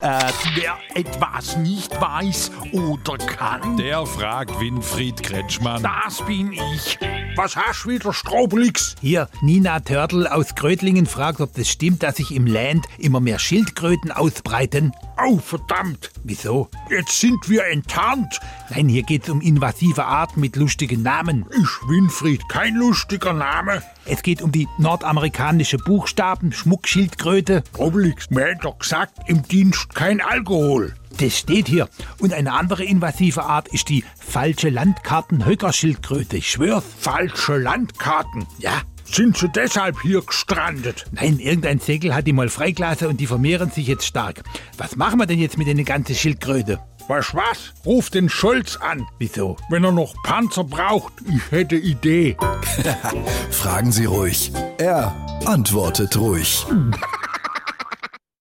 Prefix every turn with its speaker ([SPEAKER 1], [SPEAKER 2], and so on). [SPEAKER 1] Äh, wer etwas nicht weiß oder kann,
[SPEAKER 2] Der fragt Winfried Kretschmann.
[SPEAKER 1] das bin ich.
[SPEAKER 3] Was hast du wieder, Strobelix?
[SPEAKER 4] Hier, Nina Törtel aus Grötlingen fragt, ob das stimmt, dass sich im Land immer mehr Schildkröten ausbreiten.
[SPEAKER 3] Oh, verdammt,
[SPEAKER 4] Wieso?
[SPEAKER 3] jetzt sind wir enttarnt.
[SPEAKER 4] Nein, hier geht's um invasive Arten mit lustigen Namen.
[SPEAKER 3] Ich, Winfried, kein lustiger Name.
[SPEAKER 4] Es geht um die nordamerikanische Buchstaben-Schmuckschildkröte.
[SPEAKER 3] Strobelix, mir hat doch gesagt, im Dienst kein Alkohol.
[SPEAKER 4] Das steht hier. Und eine andere invasive Art ist die falsche Landkartenhöckerschildkröte. Ich schwör's.
[SPEAKER 3] Falsche Landkarten.
[SPEAKER 4] Ja.
[SPEAKER 3] Sind sie deshalb hier gestrandet?
[SPEAKER 4] Nein, irgendein Segel hat die mal freigelassen und die vermehren sich jetzt stark. Was machen wir denn jetzt mit den ganzen Schildkröte?
[SPEAKER 3] Weißt du was? Ruf den Scholz an.
[SPEAKER 4] Wieso?
[SPEAKER 3] Wenn er noch Panzer braucht, ich hätte Idee.
[SPEAKER 5] Fragen Sie ruhig. Er antwortet ruhig.